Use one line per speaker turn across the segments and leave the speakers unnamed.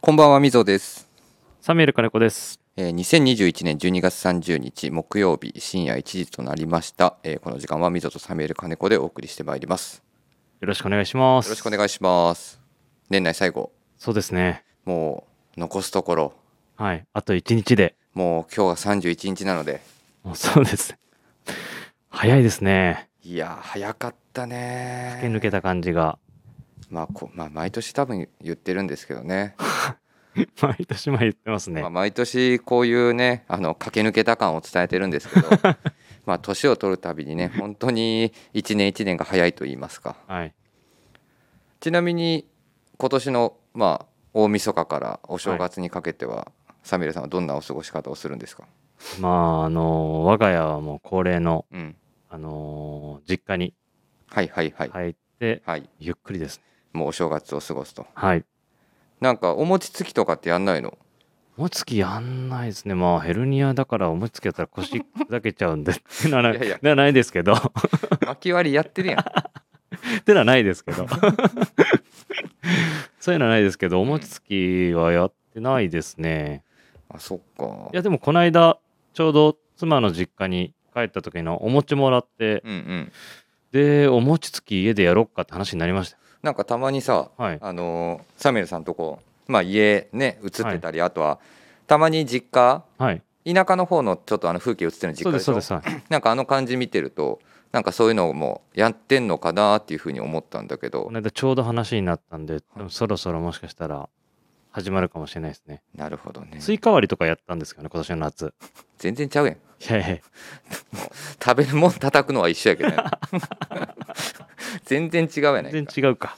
こんばんはみぞです、
サミュエル金子です。
えー、2021年12月30日木曜日深夜1時となりました、えー、この時間はみぞとサミュエル金子でお送りしてまいります
よろしくお願いします。
よろしくお願いします年内最後
そうですね。
もう残すところ
はい。あと1日で。
もう今日が31日なので
もうそうです。早いですね。
いやー早かったね
駆け抜けた感じが。
まあこまあ毎年多分言ってるんですけどね
毎年前言ってますね
まあ、。毎年こういうねあの駆け抜けた感を伝えてるんですけ どまあ年を取るたびにね本当に一年一年が早いと言いますか
はい。
ちなみに今年のまあ大晦日からお正月にかけては、サミュエルさんはどんなお過ごし方をするんですか
まあ、あのー我が家はもう恒例の、
うん
あのー実家に
はいはいはい、はい
入って、ゆっくりですね。
もうお正月を過ごすと
はい。
なんかお餅つきとかってやんない の
もつきやんないですね。まあ、ヘルニアだから、おもつきやったら腰砕けちゃう んで、ってのはない
やいや
ではないですけど、っ
薪割りやってるやん
てのはないですけど。 そういうのはないですけど、おもつきはやってないですね。
あそっか
いやでもこの間ちょうど妻の実家に帰った時のお餅もらって、
うんうん
でお餅つき家でやろっかって話になりました
なんかたまにさ
はい
あのーサミュエルさんとこ、まあ、家ね映ってたり、あとはたまに実家
はい
田舎の方のちょっとあの風景映ってるの実
そ
家
うで
ですし
そう
ょ
ですはい
なんかあの感じ見てるとなんかそういうのもやってんのかなっていうふうに思ったんだけ
こ
ど
の間ちょうど話になったんででもそろそろもしかしたら始まるかもしれないですね
なるほどね
スイカ割りとかやったんですけどね今年の夏
全然ちゃうやん
いやいや
食べるもん叩くのは一緒やけど ね全然違うやないか
全
い
然違うか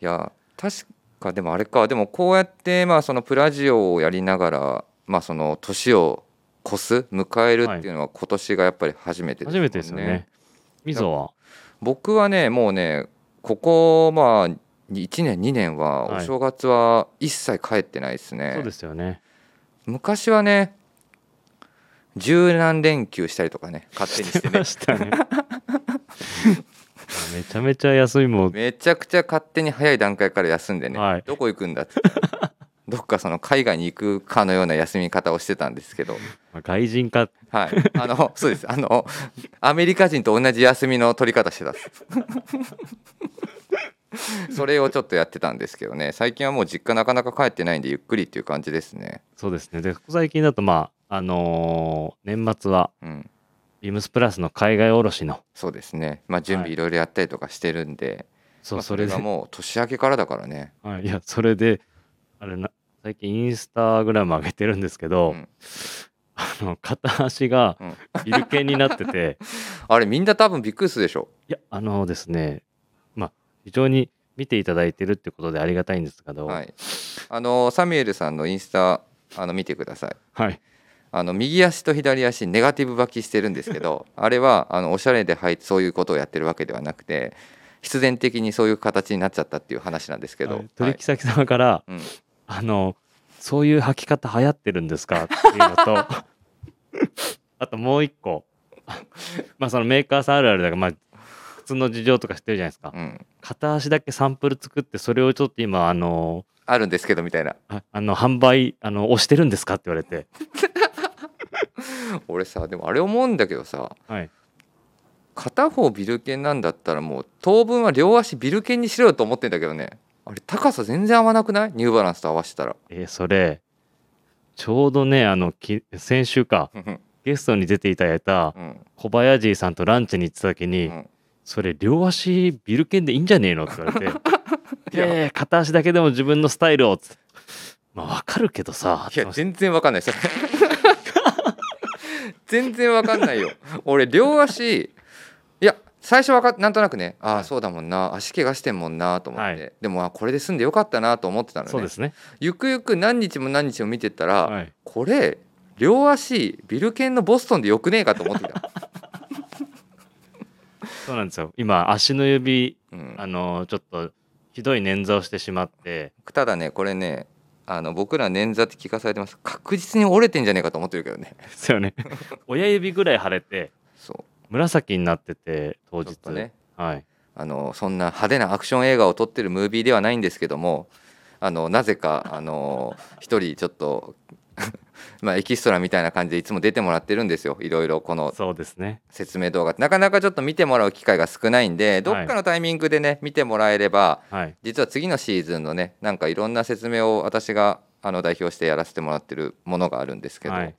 や確かでもあれかでもこうやってまあそのプラジオをやりながらまあその年を越す迎えるっていうのは今年がやっぱり初めて
初めてですよねみぞは
僕はねもうねここまあ1年2年はお
はい
正月は一切帰ってないですね、
そうですよね
昔はね十何連休したりとかね勝手にしてね
ましたねめちゃめちゃ安いもん
めちゃくちゃ勝手に早い段階から休んでね、
はい
どこ行くんだ ってどっかその海外に行くかのような休み方をしてたんですけど、
外人か
はい、あのそうですあのアメリカ人と同じ休みの取り方してたっ すそれをちょっとやってたんですけどね最近はもう実家なかなか帰ってないんでゆっくりっていう感じですね
そうですね。で、ここ最近だと、まあ、あのー年末は、
うん
ビームスプラスの海外卸しの、
そうですねまあ準備いろいろやったりとかしてるんで、
そ
まあ
う、
そ
そ
れ
れ
が
で、
もう年明けからだからね
はい、いや、それで、あれな、最近インスタグラム上げてるんですけど、
うん
あの、片足が
うん
イルケンになっ てて、
あれみんな多分びっくりするでしょ
いや、あのですね、まあ、非常に見ていただいてるってことでありがたいんですけど、
はいあのサミュエルさんのインスタあの見てください
はい。
あの右足と左足ネガティブ履きしてるんですけ どあれはあのおしゃれで履いてそういうことをやってるわけではなくて必然的にそういう形になっちゃったっていう話なんですけど、
は
はい
い取引先様から、
うん、
あの、そういう履き方流行ってるんですかっていうの と、あともう一個、 まあそのメーカーさんあるあるだから、まあ、普通の事情とか知ってるじゃないですか
う。ん、
片足だけサンプル作って、それをちょっと今、あの、
あるんですけどみたいな
ああの販売、あの、押してるんですかって言われて、
俺さでもあれ思うんだけどさ
はい。
片方ビルケンなんだったらもう当分は両足ビルケンにしろよと思ってんだけどねあれ高さ全然合わなくないニューバランスと合わせたら
えーそれ、ちょうどね、あの、き先週か、
うん
ゲストに出ていただいた
うん
小林さんとランチに行ってた時に、
うん
それ両足ビルケンでいいんじゃねえのって言 われていやいや片足だけでも自分のスタイルをつってまあわかるけどさ
いや
って言って
全然わかんないそれ 全然わかんないよ俺両足いや最初わかっなんとなくねああそうだもんな足怪我してんもんなと思って、
は
でもあこれで済んでよかったなと思ってた
ま
の
し
ね
そうですね
ゆくゆく何日も何日も見てったら、
はい
これ両足ビルケンのボストンでよくねえかと思ってき た、
そうなんですよ今足の指
うん
あのちょっとひどい捻挫をしてしまって
ただねこれねあの僕ら捻挫って聞かされてます確実に折れてんじゃねえかと思ってるけどね
ですよね 親指ぐらい腫れて
そ
紫になってて当
うちょ
日
っとね
はい
あのそんな派手なアクション映画を撮ってるムービーではないんですけどもあのなぜかあの一人ちょっと まあエキストラみたいな感じでいつも出てもらってるんですよいろいろこの
そうですね。
説明動画ってなかなかちょっと見てもらう機会が少ないんでどっかのタイミングでね見てもらえれば
はい。
実は次のシーズンのねなんかいろんな説明を私があの代表してやらせてもらってるものがあるんですけど、
はい。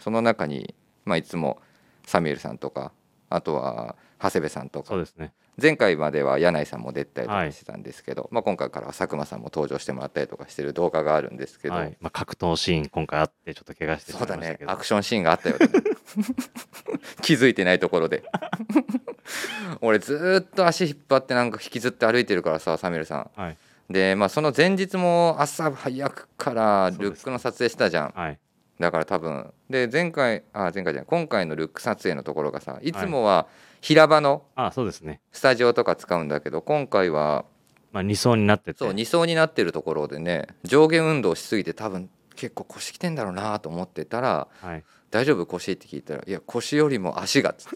その中に、まあ、いつもサミュエルさんとかあとは長谷部さんと
そ
か
うですね。
前回までは柳井さんも出たりとかしてたんですけど、まあ、今回からは佐久間さんも登場してもらったりとかしてる動画があるんですけど、
はい。まあ、格闘シーン、今回あって、ちょっと怪我してし
そ
ま
うだ
いました
ね
けど。
アクションシーンがあったよ、ね、 気づいてないところ で俺ずーっと足引っ張ってなんか引きずって歩いてるからさサミュエルさん
はい。
でまあその前日も朝早くから
そう
ル
で
ッ
す
クの撮影したじゃん
はい。
だから多分で前回あ前回じゃない今回のルック撮影のところがさいつもは平場の
あそうですね。
スタジオとか使うんだけど今回は
まあ、二層になってて。
そう2層になってるところでね上下運動しすぎて多分結構腰きてんだろうなと思ってたら
はい。
「大丈夫腰?」って聞いたら「いや腰よりも足が」つっ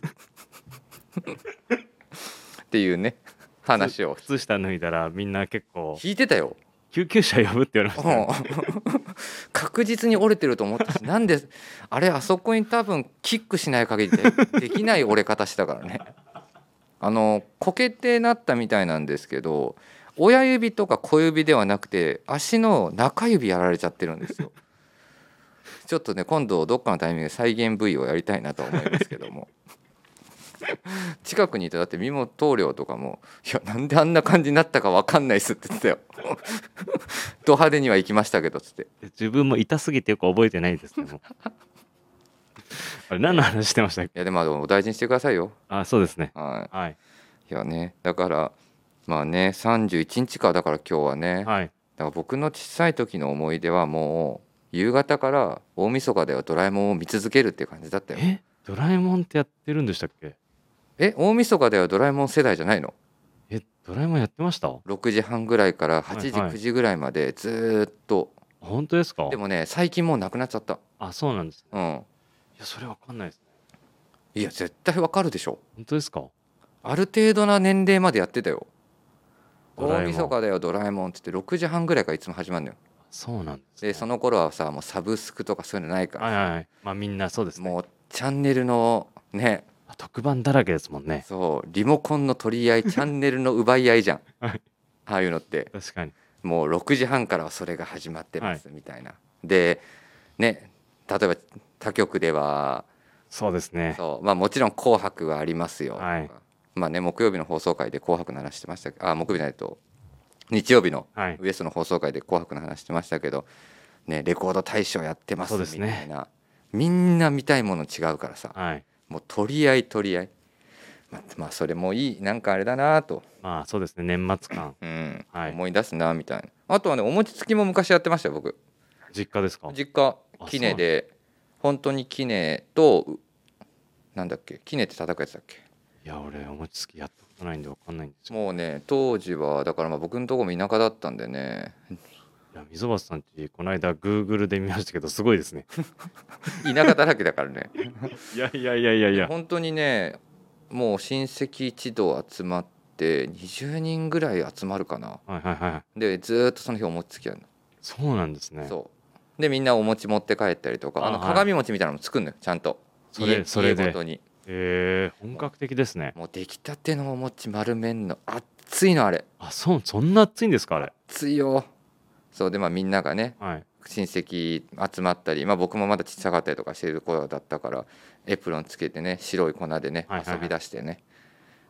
てっていうね話を
靴下脱いだら、みんな結構、
聞いてたよ。
救急車呼ぶって言われましたね、
うん 確実に折れてると思ったしなんであれあそこに多分キックしない限りでできない折れ方したからねあのこけてなったみたいなんですけど親指とか小指ではなくて足の中指やられちゃってるんですよちょっとね今度どっかのタイミングで再現部位をやりたいなと思いますけども近くにいただって身元量とかも「いやなんであんな感じになったか分かんないっす」って言ってたよド派手には行きましたけどつって
で自分も痛すぎてよく覚えてないですけども。あれ、何の話してましたっけ
いやでもあのお大事にしてくださいよ
あそうですね。
は
はい。
いいやねだからまあね31日かだから今日はね、だか
はい。
ら僕の小さい時の思い出はもう夕方から大晦日ではドラえもんを見続けるって感じだったよえ
えドラえもんってやってるんでしたっけ
大晦日ではドラえもん世代じゃないの
え、ドラえもんやってました
6時半ぐらいから8時
はいはい
9時ぐらいまでずーっと
本当ですか
でもね最近もうなくなっちゃった
あ、そうなんです。
うん
いや、それわかんないです。
いや絶対わかるでしょ
本当ですか
ある程度な年齢までやってたよ
ドラ
大
えもん
晦日だよドラえもんっつって6時半ぐらいからいつも始まるのよ
そうなんです、ね。
でその頃はさもうサブスクとかそういうのないから、
はいはいはい。まあみんなそうですね。
もうチャンネルのね
特番だらけですもんね。
そうリモコンの取り合いチャンネルの奪い合いじゃん、
はい
ああいうのって
確かに。
もう6時半からはそれが始まってますみたいな、でね例えば他局では
そうですね。
そう、まあ、もちろん「紅白」はありますよとか、
はい
まあね木曜日の放送回で「紅白」の話してましたけどあ木曜日じゃないと日曜日の
はい。
ウエストの放送回で「紅白」の話してましたけど、ね、レコード大賞やってます
そう
み
です
た
ね
いな、みんな見たいもの違うからさ
はい。
もう取り合い取り合いまあ、まあそれもいいなんかあれだなと、
まあそうですね。年末感。
うん
はい
思い出すなみたいなあとはねお餅つきも昔やってましたよ僕
実家ですか
実家
あ
キネで本当にキネとうなんだっけキネって叩くやつだっけ
いや、俺、お餅つきやったことないんでわかんないんですけど。
もうね当時はだからまあ僕のとこも田舎だったんでね
いや、溝端さんち、この間、グーグルで見ましたけど、すごいですね。
田舎だらけだからね
いやいやいやいやいや。
本当にねもう親戚一同集まって20人ぐらい集まるかな
はいはいはい。
でずーっとその日お餅つきやるの、
そうなんですね。
そうでみんなお餅持って帰ったりとかあの
あはい
鏡餅みたいなのも作るのよちゃんと
それ
家
それで
家ごとに
えー、本格的ですね。
もう出来たてのお餅丸めんの熱いのあれ
あ、そう、そんな熱いんですか、あれ。
熱いよそうでまあみんながね
はい。
親戚集まったり、まあ、僕もまだ小さかったりとかしてる頃だったからエプロンつけてね白い粉でね
はいはいはい
遊び出してね、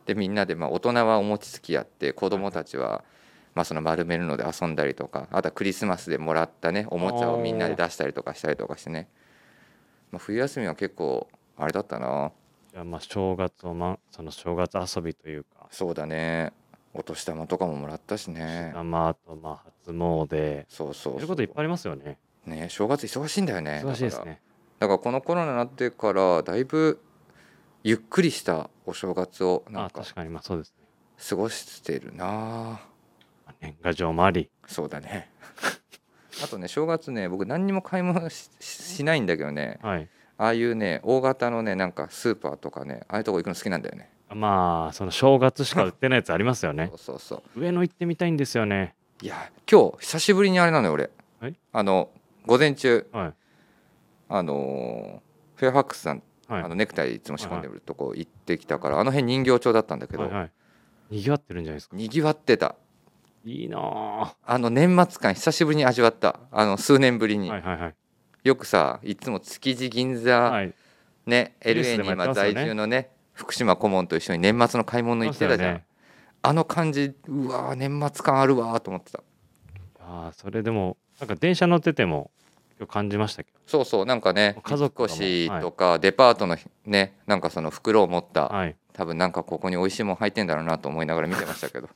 でみんなでまあ大人はお餅つきやって子供たちはまあその丸めるので遊んだりとかあとはクリスマスでもらったねおもちゃをみんなで出したりとかしたりとかしてね、まあ、冬休みは結構あれだったな
じゃあ、まあ、正月を、ま、その正月遊びというか、
そうだねお年玉とかももらったしね
まあ、あと、まあ、初詣。
そうそ
や
う
る
そ
こというっぱいありますよね。
ね正月忙しいんだよね
忙しいで
だ
す
から
ね。
だからこのコロナになってからだいぶゆっくりしたお正月をなん
あ、
か
確かに、まあ、そうですね。
過ごしてるな
まあ年賀状もあり。
そうだね あとね正月ね僕何にも買い物しししないんだけどね
はい。
ああいうね大型のねなんかスーパーとかねああいうとこ行くの好きなんだよね
まあ、その正月しか売ってないやつありますよね
そう。そうそう
上野行ってみたいんですよね。
いや今日久しぶりにあれなのよ俺
はい
あの午前中
はい
あのーフェアファックスさん、
はい
あのネクタイいつも仕込んでるとこ行ってきたからあの辺人形町だったんだけど、
はいはいにぎわってるんじゃないですか
にぎわってた
いいなあ
あの年末感久しぶりに味わったあの数年ぶりに、
はいはいはい
よくさいつも築地銀座、
はい
ね
ニュース
LA
で
に
もや
今
ってますよね
在住のね福島顧問と一緒に年末の買い物行ってたじゃん、
そうですよね
あの感じうわー年末感あるわーと思ってた
ああそれでもなんか電車乗ってても今日感じましたけど
そうそうなんかね
家族とかも
引っ越しとか、デパートのねなんかその袋を持った、
はい
多分なんかここに美味しいもん入ってんだろうなと思いながら見てましたけど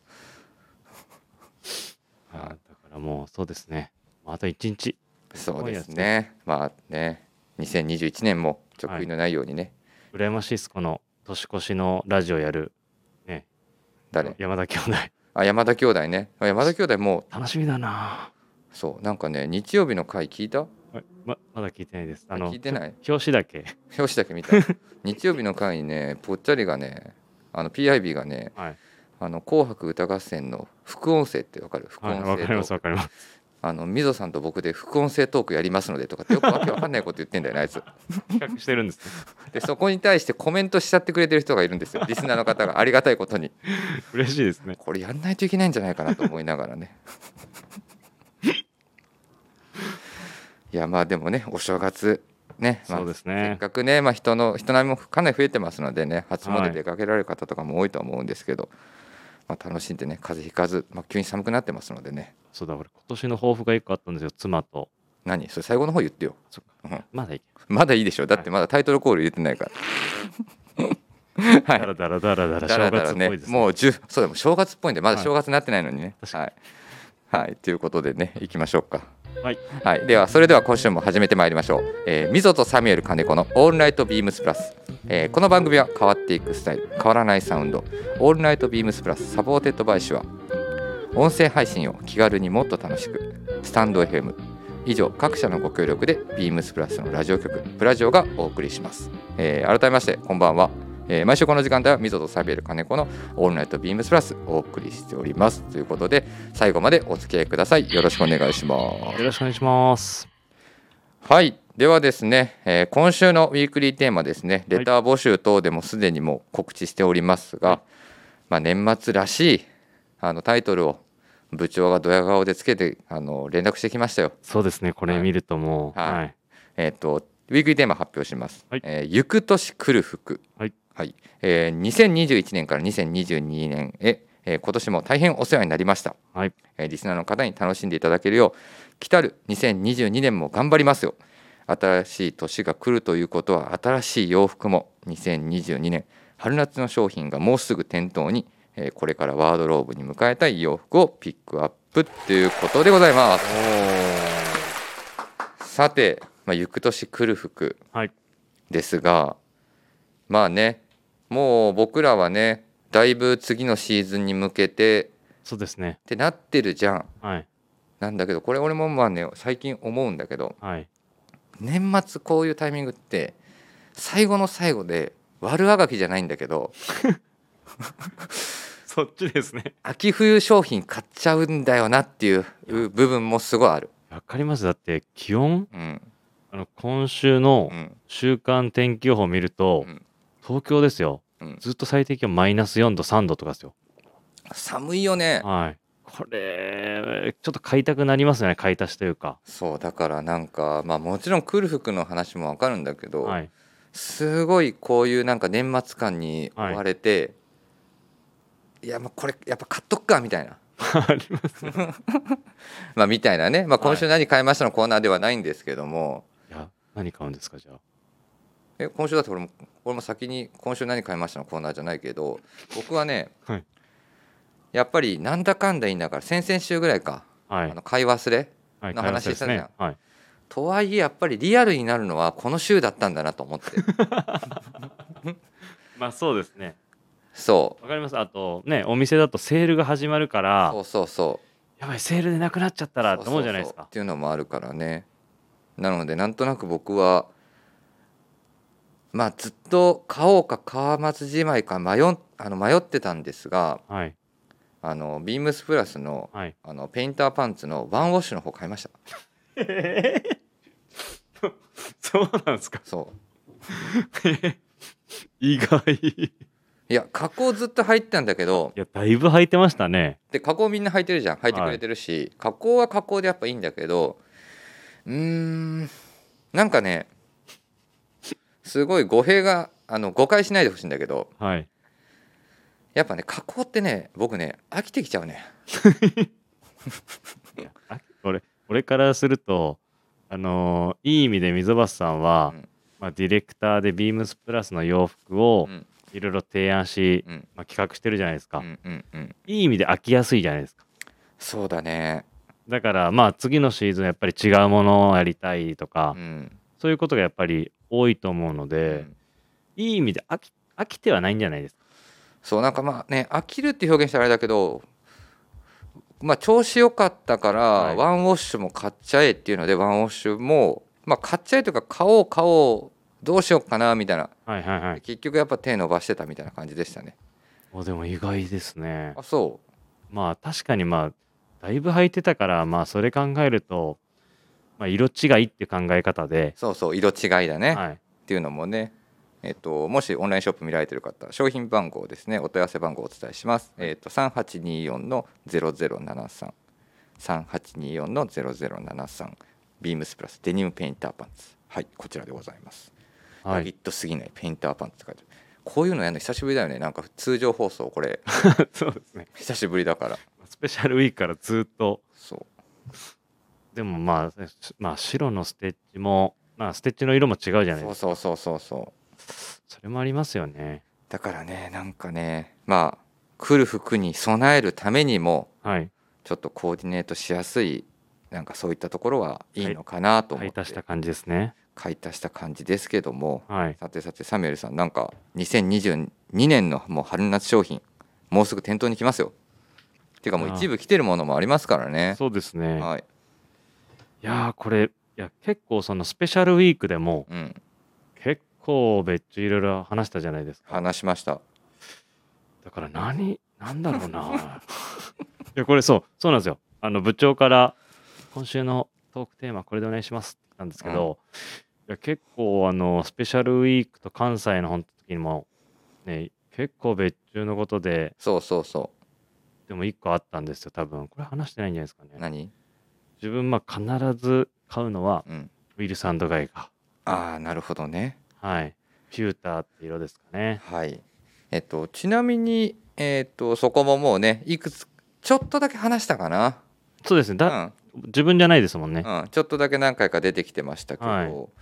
あーだからもうそうですねあと一日
そうです
すごいや
ねまあね2021年もちょっくりのないようにね、
羨ましいですこの年越しのラジオやる
誰
山田兄弟
あ山田兄弟ね山田兄弟も
楽しみだな
うそうなんかね日曜日の回聞いた
あはいままだ聞いてないですあの
聞いてない
表紙だけ
表紙だけ 見た日曜日の回にねぽっちゃりがねあの PIB がね
はい
「あの紅白歌合戦」の副音声ってわかる副
はい
音
わ
声
かります
と
わかります
あの溝さんと僕で副音声トークやりますのでとかってよくわけわかんないこと言ってんだよねあい つ
企画してるんですね
でそこに対してコメントしちゃってくれてる人がいるんですよリスナーの方がありがたいことに
嬉しいですね
これやんないといけないんじゃないかなと思いながら ねいやまあでもねお正月ね、まあ
そうです
せっ
ね
かくね、まあ、人の人並みもかなり増えてますのでね初
は
詣
い
出かけられる方とかも多いとは思うんですけど、まあ、楽しんでね風邪ひかず、まあ、急に寒くなってますのでね
そうだ俺今年の抱負が一個あったんですよ妻と
何それ最後の方言ってよ
そっ
うん
まだい
まだいいでしょだってまだタイトルコール入れてないから
け
は
だ
い
らだらだら
だら
だら
だ
正月
ら
っぽい
ね
ですね
もう十そうでも正月っぽいんでまだ
はい
正月になってないのにね
確
は
か
い、はい、ということでねいきましょうか
はい
はい、ではそれでは今週も始めてまいりましょう、えー、溝とサミュエル金子の「オールナイトビームスプラス」えーこの番組は変わっていくスタイル変わらないサウンド「オールナイトビームスプラスサポーテッドバイシュア」音声配信を気軽にもっと楽しくスタンド FM 以上各社のご協力でビームスプラスのラジオ局プラジオがお送りします、えー改めましてこんばんは、えー毎週この時間では溝とサミュエル金子の「オールナイトビームスプラス」お送りしておりますということで最後までお付き合いくださいよろしくお願いします
よろしくお願いします
はい。ではですね、えー今週のウィークリーテーマですね、レター募集等でもすでにもう告知しておりますが、まあ、年末らしいあのタイトルを部長がドヤ顔でつけてあの連絡してきましたよ。
そうですねこれ見るともう
はい
はい
えっ、と、ウィークリーテーマ発表します。
はい
えー行く年来る服。
はい。
えー2021年から2022年へ、えー今年も大変お世話になりました。
はい
えーリスナーの方に楽しんでいただけるよう来たる2022年も頑張りますよ新しい年が来るということは新しい洋服も2022年春夏の商品がもうすぐ店頭に、えーこれからワードローブに迎えたい洋服をピックアップということでございますさて、まあ、行く年来る服
はい
ですがまあねもう僕らはねだいぶ次のシーズンに向けて
そうですね
ってなってるじゃん
はい
なんだけどこれ俺もまあね最近思うんだけど
はい
年末こういうタイミングって最後の最後で悪あがきじゃないんだけど
そっちですね
秋冬商品買っちゃうんだよなっていう部分もすごいある。
わかりますだって気温
うん
あの今週の
うん
週間天気予報を見ると、
うん
東京ですよ、
うん
ずっと最低気温マイナス4度3度とかですよ
寒いよね。
はいこれちょっと買いたくなりますよね買い足しというか
そうだからなんかまあもちろん来る服の話もわかるんだけど、
はい
すごいこういうなんか年末感に追われて、い、やまあこれやっぱ買っとくかみたいな
ありますね
まあみたいなね、まあ、今週何買いましたのコーナーではないんですけども、
いや何買うんですかじゃあ
え今週だって俺も俺も先に「今週何買いました」のコーナーじゃないけど僕はね、
はい
やっぱりなんだかんだ言いながら先々週ぐらいか、
はい
あの買い忘れ
はい
の
買いま
話したじゃん
ですねはい
とはいえやっぱりリアルになるのはこの週だったんだなと 思って
まあそうですね
そ
わかりますあとねお店だとセールが始まるか
う
ら
そうそうそう
やばいセールでなくなっちゃったら
そうそ
と
うそ
思
う
うじゃないですか
っていうのもあるからねなのでなんとなく僕はまあずっと買おうか買わずじまいか迷んあの迷ってたんですが
はい
あのビームスプラスの
はい。
あのペインターパンツのワンウォッシュの方買いました
そうなんですか。
そ
意外。いう
いや加工ずっと入ってたんだけど
や、だいぶ履いてましたね。
で加工みんな履いてるじゃん履いてくれてるし、加工は加工でやっぱいいんだけどうーんなんかねすごい語弊があの誤解しないでほしいんだけど
はい。
やっぱね加工ってね僕ね飽きてきちゃうね
あ俺俺からするとあのーいい意味で溝端さんは、
うん
まあ、ディレクターでビームスプラスの洋服を
うん
いろいろ提案し、
うん
まあ、企画してるじゃないです
う
か、
んうんうん
いい意味で飽きやすいじゃないですか
そうだね
だからまあ次のシーズンやっぱり違うものをやりたいとか、
うん
そういうことがやっぱり多いと思うので、いい意味で飽き飽きてはないんじゃないですか
そうなんかまあね飽きるって表現したらあれだけどまあ調子良かったから、
はい
ワンウォッシュも買っちゃえっていうのでワンウォッシュもまあ買っちゃえというか買おう買おうどうしようかなみたいな
はいはいはい
結局やっぱ手伸ばしてたみたいな感じでしたね
おでも意外ですね
あそ
まあ確かにまあだいぶ履いてたからまあそれ考えると、まあ、色違いって考え方で
う、そうそう色違いだね、っ
はい、
ていうのもねえっと、もしオンラインショップ見られてる方商品番号ですねお問い合わせ番号をお伝えします、えっと、3824の0073 3824の0073ビームスプラスデニムペインターパンツはいこちらでございます、
は
ラビッ
い、
トすぎないペインターパンツって書いてあるこういうのやるの久しぶりだよねなんか通常放送これ
そうですね
久しぶりだから
スペシャルウィークからずっと
そう
でもまあ、しまあ、白のステッチも、まあ、ステッチの色も違うじ
そ
ゃないで
う
すか
そうそうそうそう
それもありますよね
だからねなんかねまあ来る服に備えるためにも
はい
ちょっとコーディネートしやすいなんかそういったところはいいのかなと思
買い
って、
足した感じですね
買い足した感じですけども
はい
さてさてサミュエルさんなんか2022年のもう春夏商品もうすぐ店頭に来ますよていうかもう
ああ
一部来てるものもありますからね
そうですね、い、
はい、
やーこれいや結構そのスペシャルウィークでも
うん、
結構別注いろいろ話したじゃないですか
話しました
だから何なんだろうな いやこれそうそうなんですよあの部長から今週のトークテーマこれでお願いしますって言ったんですけど、いや結構あのスペシャルウィークと関西の本時にもね結構別注のことで
そうそうそ
でも1個あったんですよ多分これ話してないんじゃないですか
う
ね
何
自分まあ必ず買うのは
うん
ウィルスガイガー
ああなるほどね
はいピューターって色ですかね
はい。えっと、ちなみに、えっと、そこももうね、いくつ、ちょっとだけ話したかな。
そうですね
う
だ、
ん、
自分じゃないですもんね
うん、ちょっとだけ何回か出てきてましたけど。
はい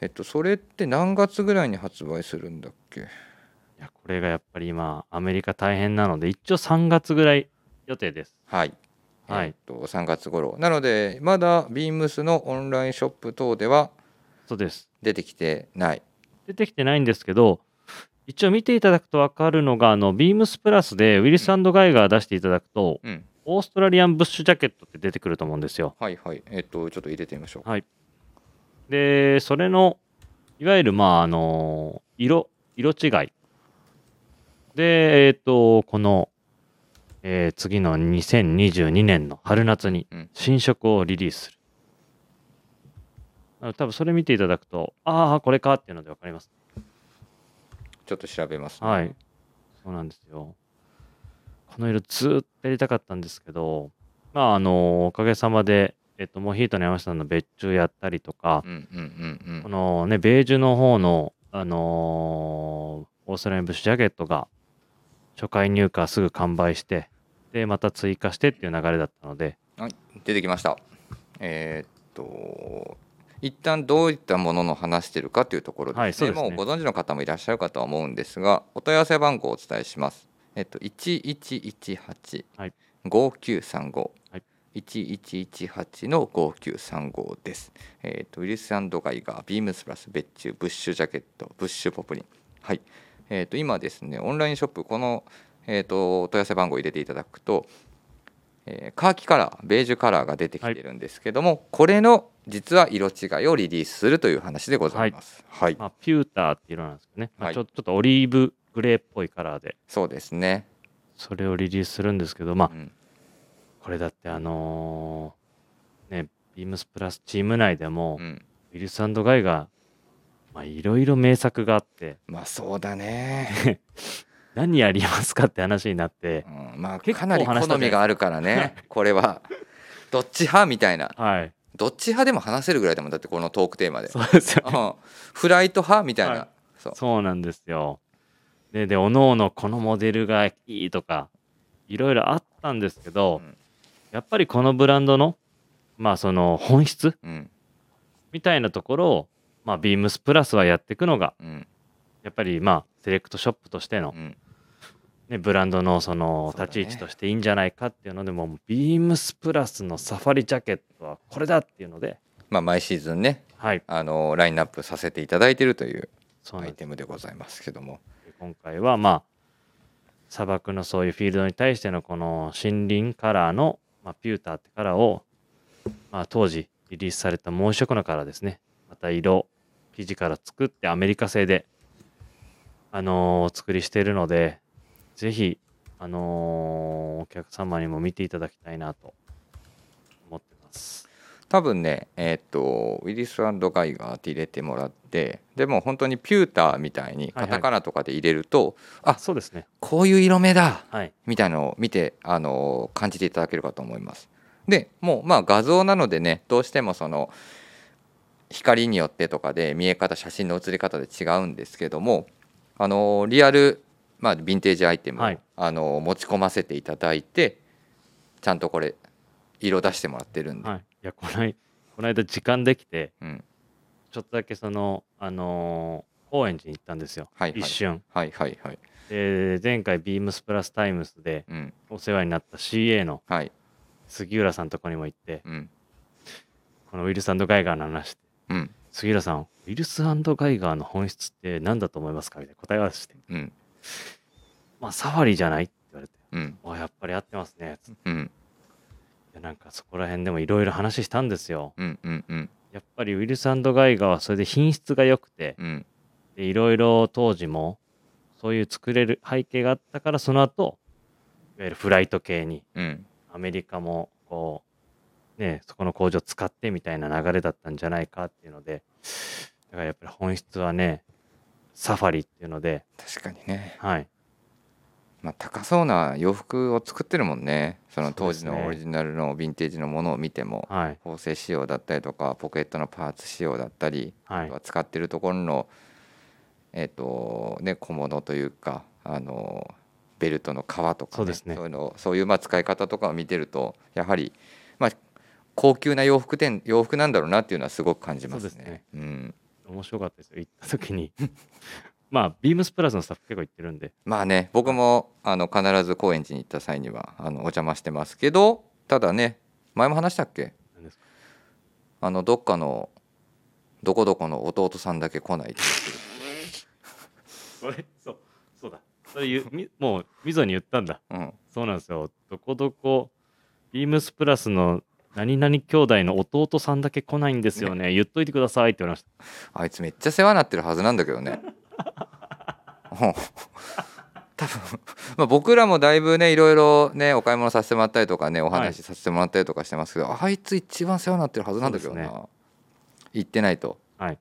えっと、それって何月ぐらいに発売するんだっけ。
いやこれがやっぱり今アメリカ大変なので一応3月ぐらい予定です
はい。
はい
えっと、3月頃なのでまだビームスのオンラインショップ等では
そうです
出てきてない
出てきてないんですけど一応見ていただくと分かるのがあのビームスプラスでウィリスガイガー出していただくと
うん
オーストラリアンブッシュジャケットって出てくると思うんですよ
はいはいえっとちょっと入れてみましょう
でそれのいわゆるまああの色色違いでえっ、とこの、えー次の2022年の春夏に
うん
新色をリリースする、あ多分それ見ていただくとああこれかっていうので分かります
ちょっと調べますね、
はいそうなんですよこの色ずーっとやりたかったんですけどまああのおかげさまでえっ、とモヒートの山下さんの別注やったりとか、
うんうんうん
こ
うん
のね、ベージュの方の、あのーオーストラリアンブッシュジャケットが、初回入荷すぐ完売して、で、また追加してっていう流れだったので、
出てきましたえーっと一旦どういったものの話してるかというところですね,、
はいそうですね
もうご存知の方もいらっしゃるかとは思うんですがお問い合わせ番号をお伝えしますえっと1118、
はい
5935、
はい
1118の5935です、えっとウィルスガイガービームスプラス別注ブッシュジャケットブッシュポプリンはいえっと今ですねオンラインショップこの、えっとお問い合わせ番号を入れていただくとえーカーキカラーベージュカラーが出てきてるんですけども、これの実は色違いをリリースするという話でございます。はい、
まあ、ピューターっていう色なんですけどね、まあ
はい
ちょちょっとオリーブグレーっぽいカラーで、
そうですね。
それをリリースするんですけど、まあ
う、ん
これだってあのーね、ビームスプラスチーム内でも
う、ん、
ウィルスガイが、まあ、いろいろ名作があって、
まあそうだね、
何やりますかって話になって、
うん、まあ
結構
かなり
話し
好
たじゃないです
み
か
があるから ねこれはどっち派みたいな
はい、
どっち派でも話せるぐらいでもんだってこのトークテーマで、
そうですよね。
うん、フライト派みたいな、
はい
そう
そうなんですよ。で、で、おのおのこのモデルがいいとか、いろいろあったんですけど、
うん
やっぱりこのブランドの、まあその本質
うん
みたいなところを、まあビームスプラスはやっていくのが、
うん
やっぱりまあセレクトショップとしての
う、ん
ね、ブランドのその
そうだね
立ち位置としていいんじゃないかっていうので、もうビームスプラスのサファリジャケットはこれだっていうので、
まあ毎シーズンね
はい、
あのラインナップさせていただいているという
そう
ア
なん
イ
で
テムでございますけども
す。今回はまあ、砂漠のそういうフィールドに対してのこの森林カラーの、まあ、ピューターってカラーを、まあ、当時リリースされたもう一色のカラーですね。また色、生地から作ってアメリカ製で、あのーお作りしているので、ぜひ、あのーお客様にも見ていただきたいなと思ってます。
多分ねえーっとウィリスガイガーって入れてもらってでも本当にピューターみたいに
はい
カ
はい
タカナとかで入れると、あ
そうですね。
こういう色目だ
はい。
みたいのを見てあの感じていただけるかと思います。でもうまあ画像なのでねどうしてもその光によってとかで見え方写真の写り方で違うんですけどもあのリアル、まあ、ヴィンテージアイテムを、
はい
あの持ち込ませていただいてちゃんとこれ色出してもらってるんで、
はい。いや、こない、この間時間できて、
うん、
ちょっとだけその、あのー高円寺に行ったんですよ、
はいはい
一瞬
はいはいはい、
で前回ビームスプラスタイムスで
うん、
お世話になった CA の
はい、
杉浦さんとこにも行って
うん、
このウィルスガイガーの話して
うん、
杉浦さんウィルスガイガーの本質って何だと思いますかみたいな答え合わせして
うん、
「まあサファリじゃない?」って言われて
うん、
「あやっぱり合ってますね」つって
うん、
いやなんかそこら辺でもいろいろ話したんですよ
うん、うん、うん、
やっぱりウィルスガイガーはそれで品質が良くて
うん、
でいろいろ当時もそういう作れる背景があったからその後いわゆるフライト系に
うん、
アメリカもこうねそこの工場使ってみたいな流れだったんじゃないかっていうのでだからやっぱり本質はねサファリっていうので
確かにね。
はい
まあ、高そうな洋服を作ってるもんねその
そう
当
です
時
ね
のオリジナルのヴィンテージのものを見ても
はい
縫製仕様だったりとかポケットのパーツ仕様だったり
は
あ
い
とは使ってるところの、えっとね、小物というかあのベルトの革とか、
そうですね
そういうのそういうまあ使い方とかを見てるとやはり、まあ、高級な洋服店洋服なんだろうなっていうのはすごく感じますね。
そうですね
うん、
面白かったですよ行った時に まあビームスプラスのスタッフ結構行ってるんで
まあね僕もあの必ず高円寺に行った際にはあのお邪魔してますけどただね前も話したっけ
なんですか
あのどっかのどこどこの弟さんだけ来ないって
それそうそうだそれ言うみもうみぞに言ったんだ
言って、
そうなんですよ。どこどこ、ビームスプラスの何々兄弟の弟さんだけ来ないんですよね。言っといてくださいって言われまし
う
た。
ん、あいつめっちゃ世話になってるはずなんだけどね うん多分、まあ、僕らもだいぶねいろいろねお買い物させてもらったりとかねお話しさせてもらったりとかしてますけど、あいつ一番世話になってるはずなんだけどな、
そうで
行ってないと
はい。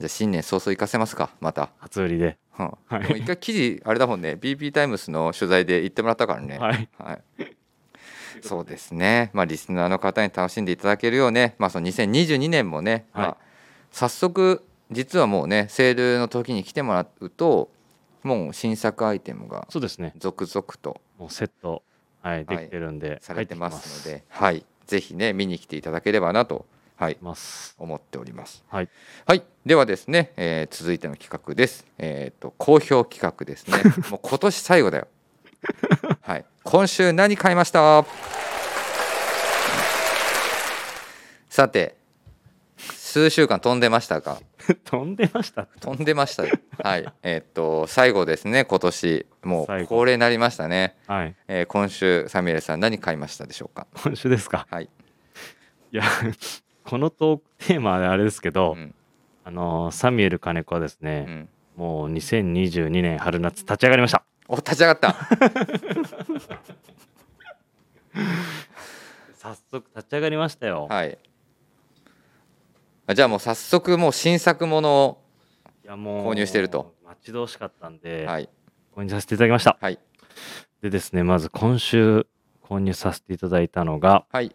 じゃあ新年早々行かせますかまた、
初売りで。
うん
はい
でも一回記事あれだもんね BP タイムスの取材で行ってもらったからね
はい。
はい、そうですね、まあ、リスナーの方に楽しんでいただけるようね、まあ、その2022年もね、
はい
まあ早速実はもうねセールの時に来てもらうともう新作アイテムが
そうですね。
続々と
もうセット、はい、できてるんで、
されてますの
入って
で、はい、ぜひね見に来ていただければなと、はい
き、ます。
思っております。
はい、
はい、ではですね、えー続いての企画です。えっ、と好評企画です ね。もう今年最後だよ。はい、今週何買いました。さて、数週間飛んでましたか。
飛んでました。
飛んでましたよ。はい、えっ、と最後ですね。今年も
最
う
後
恒例になりましたね。
はい。
えー今週サミュエルさん何買いましたでしょうか。
今週ですか。
はい。
いや、 このトークテーマはあれですけど、
うん、
あのーサミュエル金子はです
う
ね、
ん、
もう2022年春夏立ち上がりました。
お立ち上がった
早速立ち上がりましたよ。
はいあじゃあもう早速もう新作ものを
いやもう
購入してると
待ち遠しかったんで、
はい
購入させていただきました。
はい
でですねまず今週購入させていただいたのが、
はい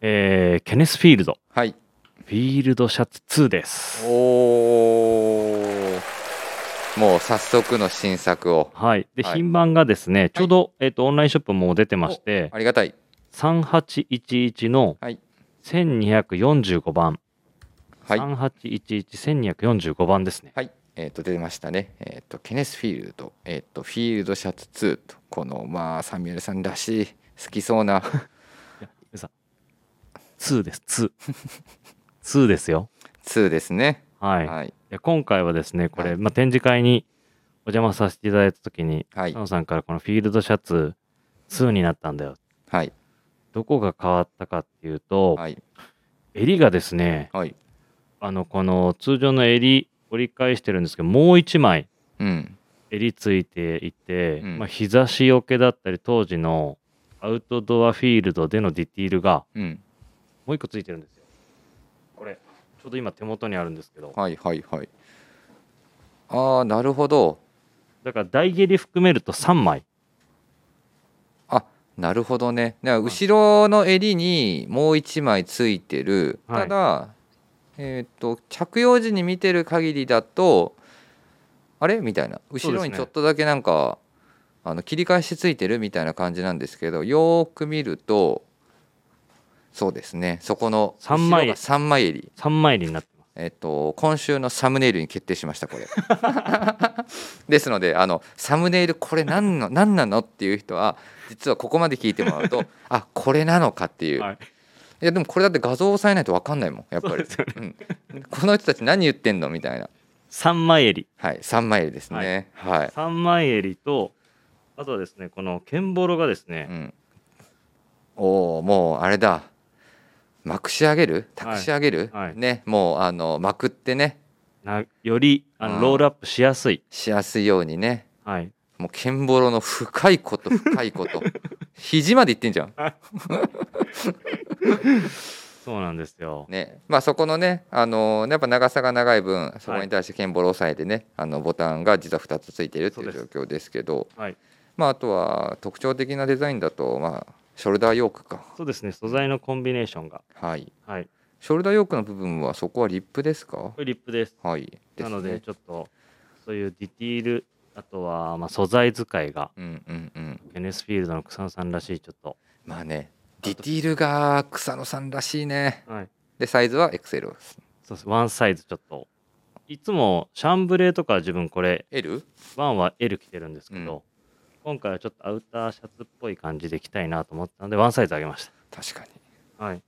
えーケネスフィールド
はい
フィールドシャツ2です。
おーもう早速の新作を
はい、で、
はい
品番がですねちょうど、えっとオンラインショップもう出てまして
ありがたい
3811の
はい
1245番、
はい
38111245番ですね。
はい、えっ、と出てましたね。えっ、とケネスフィールド、えっ、とフィールドシャツ2とこのまあサミュエルさんらしい好きそうな
2です2。2ですよ。
2ですね。
はい。
はい
で今回はですねこれ、
はい
まあ、展示会にお邪魔させていただいた時に
はい
佐野さんからこのフィールドシャツ2になったんだよ
はい
どこが変わったかっていうと、
はい
襟がですね
はい。
あのこの通常の襟折り返してるんですけどもう1枚
うん
襟ついていて、
うん
まあ、日差しよけだったり当時のアウトドアフィールドでのディティールが
うん
もう1個ついてるんですよこれちょうど今手元にあるんですけど
はいはいはい。ああなるほど。
だから大蹴り含めると3枚
あなるほどね。だから後ろの襟にもう1枚ついてる。
はい
ただ、えっ、と着用時に見てる限りだとあれみたいな
すね
後ろにちょっとだけなんか、あの切り返しついてるみたいな感じなんですけどよーく見るとそうですねそこの
三枚
3枚襟。
3枚襟になってます
えっと、今週のサムネイルに決定しましたこ れですのであのサムネイルこれ何の何なのっていう人は実はここまで聞いてもらう とあこれなのかっていう、
はい
い、やでもこれだって画像を押さえないと分かんないもんやっぱり、うん、この人たち何言ってんのみたいな、
三枚襟
はい、3枚ですねはい、
三枚襟とあとはですねこのケンボロがですね、
うん、おおもうあれだまくし上げるたくし上げる、
はいはい
ねもうあのまくってね
なよりあ
う
の
ん
ロールアップしやすい、
しやすいようにね
はい、
もうケンボロの深いこと深いこと 肘までいってんじゃん。
そうなんですよ、
ねまあ、そこのね、あのーやっぱ長さが長い分そこに対してケンボロを押さえてね、あのボタンが実は2つついてるっていう
そうで
状況ですけど
はい、
まあ、あとは特徴的なデザインだと、まあ、ショルダーヨークか、
そうですね素材のコンビネーションが
はい、
はい
ショルダーヨークの部分はそこはリップですか
こ、れリップです
はいですね
なのでちょっとそういうディティールあとはまあ素材使いが
うんうんうん、
ケネスフィールドの草野さんらしいちょっと、
まあねディティールが草野さんらしいね
はい、
でサイズは XL です
そうですワンサイズちょっといつもシャンブレーとかは自分これ
L?
ワンは L 着てるんですけど、今回はちょっとアウターシャツっぽい感じで着たいなと思ったのでワンサイズ上げまし
確かに
たはい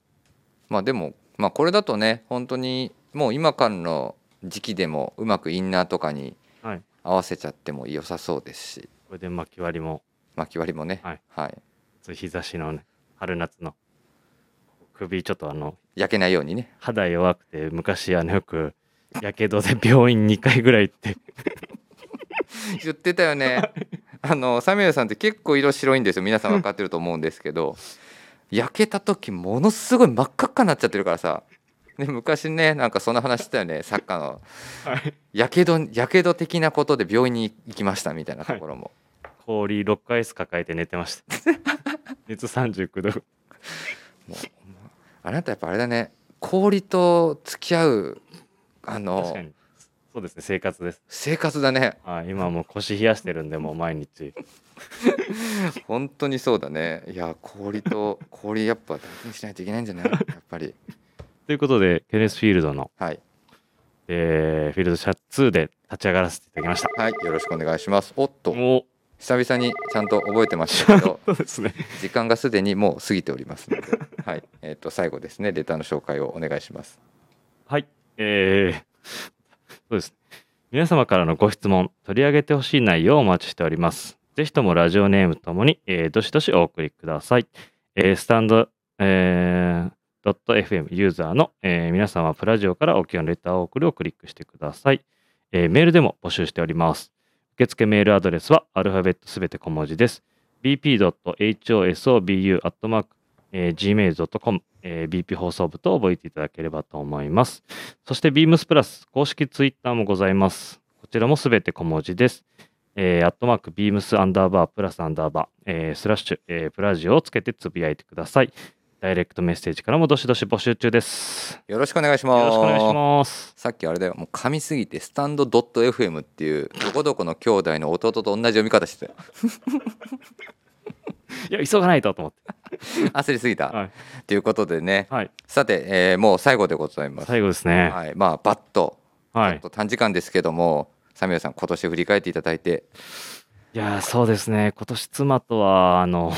まあでも、まあ、これだとね本当にもう今からの時期でもうまくインナーとかに
はい
合わせちゃっても良さそうですし
これで巻き割りも
巻き割りもね、
はい
はい、
そういう日差しのね春夏の首ちょっとあの
焼けないようにね
肌弱くて昔あのよくやけどで病院2回ぐらい行って
言ってたよねあのサミュエルさんって結構色白いんですよ皆さん分かってると思うんですけど焼けた時ものすごい真っ赤っかになっちゃってるからさ、ね、昔ねなんかそんな話してたよねサッカーの
はい
やけどやけど的なことで病院に行きましたみたいなところも、
氷6回アイス抱えて寝てました熱39度
あなたやっぱあれだね氷と付き合うあ
確か
の
にそうですね生活です
生活だね
はい今もう腰冷やしてるんでもう毎日
本当にそうだねいや氷と 氷やっぱ大事にしないといけないんじゃないやっぱり
ということでケネスフィールドの、
はい
えーフィールドシャツ2で立ち上がらせていただきました
はいよろしくお願いしますおっと
もう
久々にちゃんと覚えてましたけど
そうですね
時間がすでにもう過ぎておりますのではいえっ、と最後ですねレターの紹介をお願いします
はい、えー、そうです。皆様からのご質問、取り上げてほしい内容をお待ちしております。ぜひともラジオネームともに、えーどしどしお送りください。えースタンド、えー、ドット .fm ユーザーの、えー皆様はプラジオからお気のレターを送るをクリックしてください、えーメールでも募集しております。受付メールアドレスはアルファベットすべて小文字です。bp.hosobu.gmail.com、えー BP 放送部と覚えていただければと思います。そして Beams プラス公式ツイッターもございます。こちらもすべて小文字です。えー、アットマーク、ビームスアンダーバー、プラスアンダーバー、えースラッシュ、えープラジオをつけてつぶやいてください。ダイレクトメッセージからもどしどし募集中です。
よろしくお願いし
よ
ます
ろしくお願いします。
さっきあれだよもう噛みすぎてスタンド .fm っていうどこどこの兄弟の弟と同じ読み方してたよ
いや、急がないとと思って。
焦りすぎた、
はい。
ということでね
はい、
さて、えーもう最後でございます
最後ですね。
はい、まあバッとちょ
は
っ
い。
と短時間ですけども、サミュエルさん今年振り返っていただいて
いやー、そうですね。今年妻とは、あの、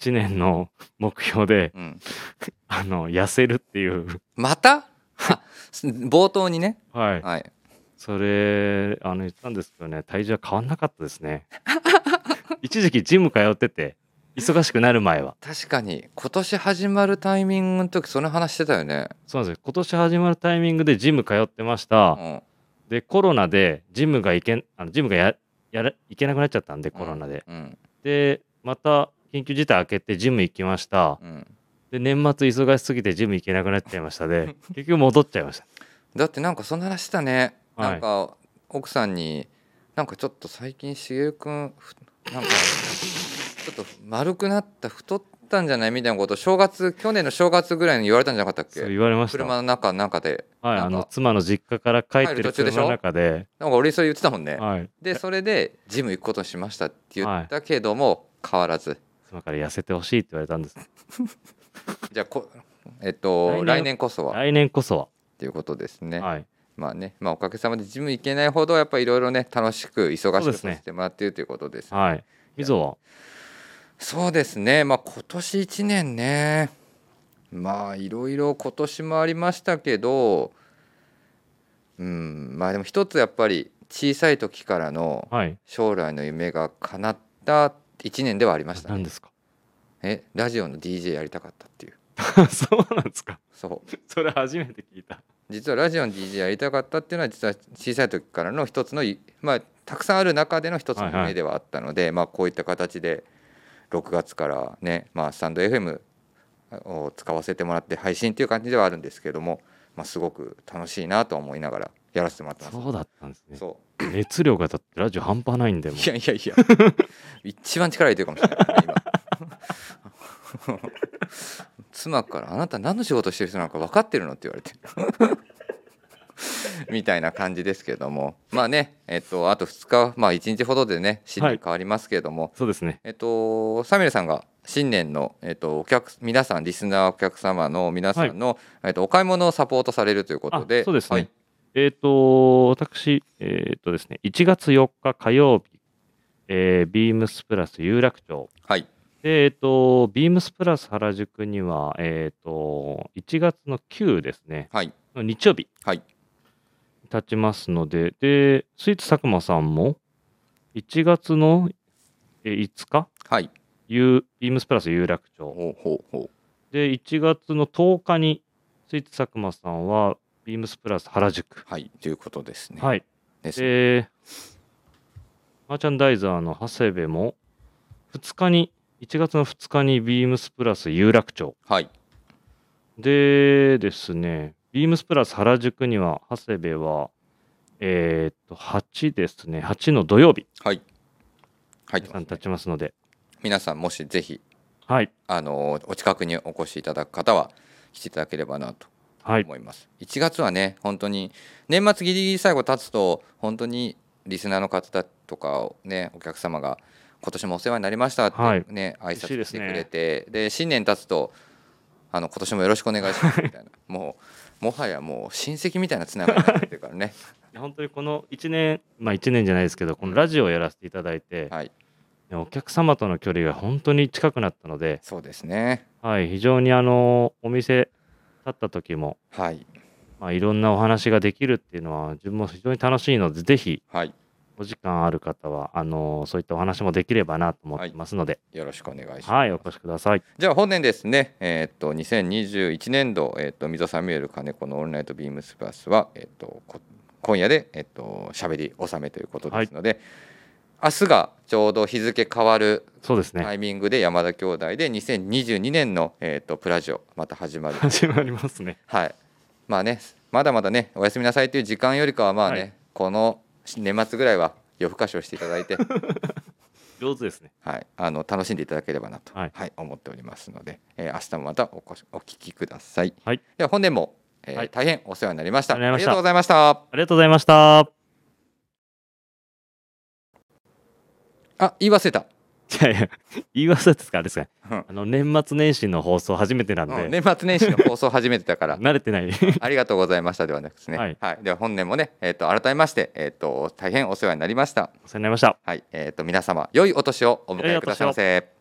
1年の目標で、
うん
あの、痩せるっていう。
またあ 冒頭にね、
はい。
はい、
それ、あの、言ったんですけどね、体重は変わんなかったで すね。一時期ジム通ってて、忙しくなる前は。
確かに今年始まるタイミングの時その話してたよね、
そうなんですよ。今年始まるタイミングでジム通ってました。
うん
で、コロナでジムが行けん、あのジムがや、やら、行けなくなっちゃったんで、コロナで。
うん
で、また、緊急事態明けてジム行きました。
うん、
で、年末忙しすぎてジム行けなくなっちゃいましたで、結局戻っちゃいました。
だってなんかそんな話したね、
はい
なんか奥さんになんかちょっと最近しげるくんふなんかちょっと丸くなった太ったんじゃないみたいなことを正月去年の正月ぐらいに言われたんじゃなかったっ
そう
け
言われました。
車
は
の
い、
中なんかでなんか
あの、妻の実家から帰って
帰る
る
途中でし
車
ょ
の中で、
なんか俺それ言ってたもんね、
はい。
でそれでジム行くことにしましたって言ったけども、変わらず
妻から痩せてほしいって言われたんです。
じゃあこえっと来
来年
年こそはっ
来年こそ
ていうことですね、
は。はい。
まあねまあおかげさまでジム行けないほどやっぱいろいろね楽しく忙し
そう
く
で
さ
すね
せてもらっているということです
はい。みぞは
そうですねまあ今年1年ねまあいろいろ今年もありましたけどうんまあでも一つやっぱり小さい時からの
はい。
将来の夢が叶った1年ではありましたね
何ですか
えラジオの DJ やりたかったっていう
そうなんですか
そう
それ初めて聞いた。
実はラジオの DJ やりたかったっていうのは実は小さい時からの一つのいまあたくさんある中での一つの
はいは
夢
い
ではあったので、まあこういった形で6月からねまあスタンド FM を使わせてもらって配信っていう感じではあるんですけども、まあ、すごく楽しいなと思いながらやらせてもらってます。
そうだったんですね。
そ
熱量がだってラジオ半端ないんで
う
もう
いやいやいや 一番力入れてるかもしれない今 妻から「あなた何の仕事してる人なのか分かってるの?」って言われて みたいな感じですけどもまあねえっとあと2日まあ1日ほどでね新
は
年
い
変わりますけども、
そうですね。
えっとサミュエルさんが新年のえっとお客皆さんリスナーお客様の皆さんの、えっとお買い物をサポートされるということで
あそうですね。
はい、
えっ、と、私、えっ、とですね、1月4日火曜日、えー、ビームスプラス有楽町。
はい
で、えっ、と、ビームスプラス原宿には、えっ、と、1月の9ですね、
はい
の日曜日、
はい
立ちますので、で、スイーツ佐久間さんも、1月のえー5日、
はい
ゆうビームスプラス有楽町。
ほうほうほ
で、1月の10日に、スイーツ佐久間さんは、ビームスプラス原宿。
うはいということですね。
はい。
です
で、マーチャンダイザーの長谷部も、2日に、1月の2日に、ビームスプラス有楽町。
はい
でですね、ビームスプラス原宿には、長谷部は、えーっと、8ですね、8の土曜日、
はいはい
皆さん立ちますので、
皆さんもしぜひ
はい、
あのお近くにお越しいただく方は来ていただければなと
はい、
思います、1月はね本当に年末ギリギリ最後経つと本当にリスナーの方だとかをねお客様が今年もお世話になりましたって
はい
ね、
嬉しい
挨拶
で
し
す
て
ね
くれてで,、新年経つとあの今年もよろしくお願いしますみたい なもうもはやもう親戚みたいなつながりになってるから ね
いや本当にこの1年、まあ1年じゃないですけど、このラジオをやらせていただいて、
はい
ねお客様との距離が本当に近くなったので、
そうですね
はい、非常にあの、お店立った時も、
はい
まあ、いろんなお話ができるっていうのは自分も非常に楽しいので、ぜひ
はい
お時間ある方は、あのそういったお話もできればなと思ってますので、
よろしくお願いします、
はい、お越しください。
じゃあ本年ですね、えーっと2021年度、えーっと溝サミュエル金子のオンライトビームスプラスは、えーっとこ今夜で、えっと、喋り納めということですので、明日がちょうど日付変わる
そうですね。
タイミングで山田兄弟で2022年の、えっとプラジオまた始 まる
始まりますね。
はい、まあねまだまだねおやすみなさいという時間よりかはまあね、
はい
この年末ぐらいは夜更かしをしていただいて、
上手ですね。
はい、あの楽しんでいただければなと、は
はいい
思っておりますので、えー明日もまたおこしお聞きください、
はい
では本年も、えー
はい
大変お世話になりました
ありがとう
あ
ご
り
ざいました
がとうございました
ありがとうございました。
あ言い忘れた、
いやいや、言い忘れですかあれですか
うん
あの、年末年始の放送初めてなんで、
うん年末年始の放送始めてた から
慣れてない。
ありがとうございましたではなくてね、は
はいい
では本年もね、えー、と改めまして、えー、と大変お世話になりました、
お世話になりました。
はいえー、と皆様良いお年をお迎えくださいませ。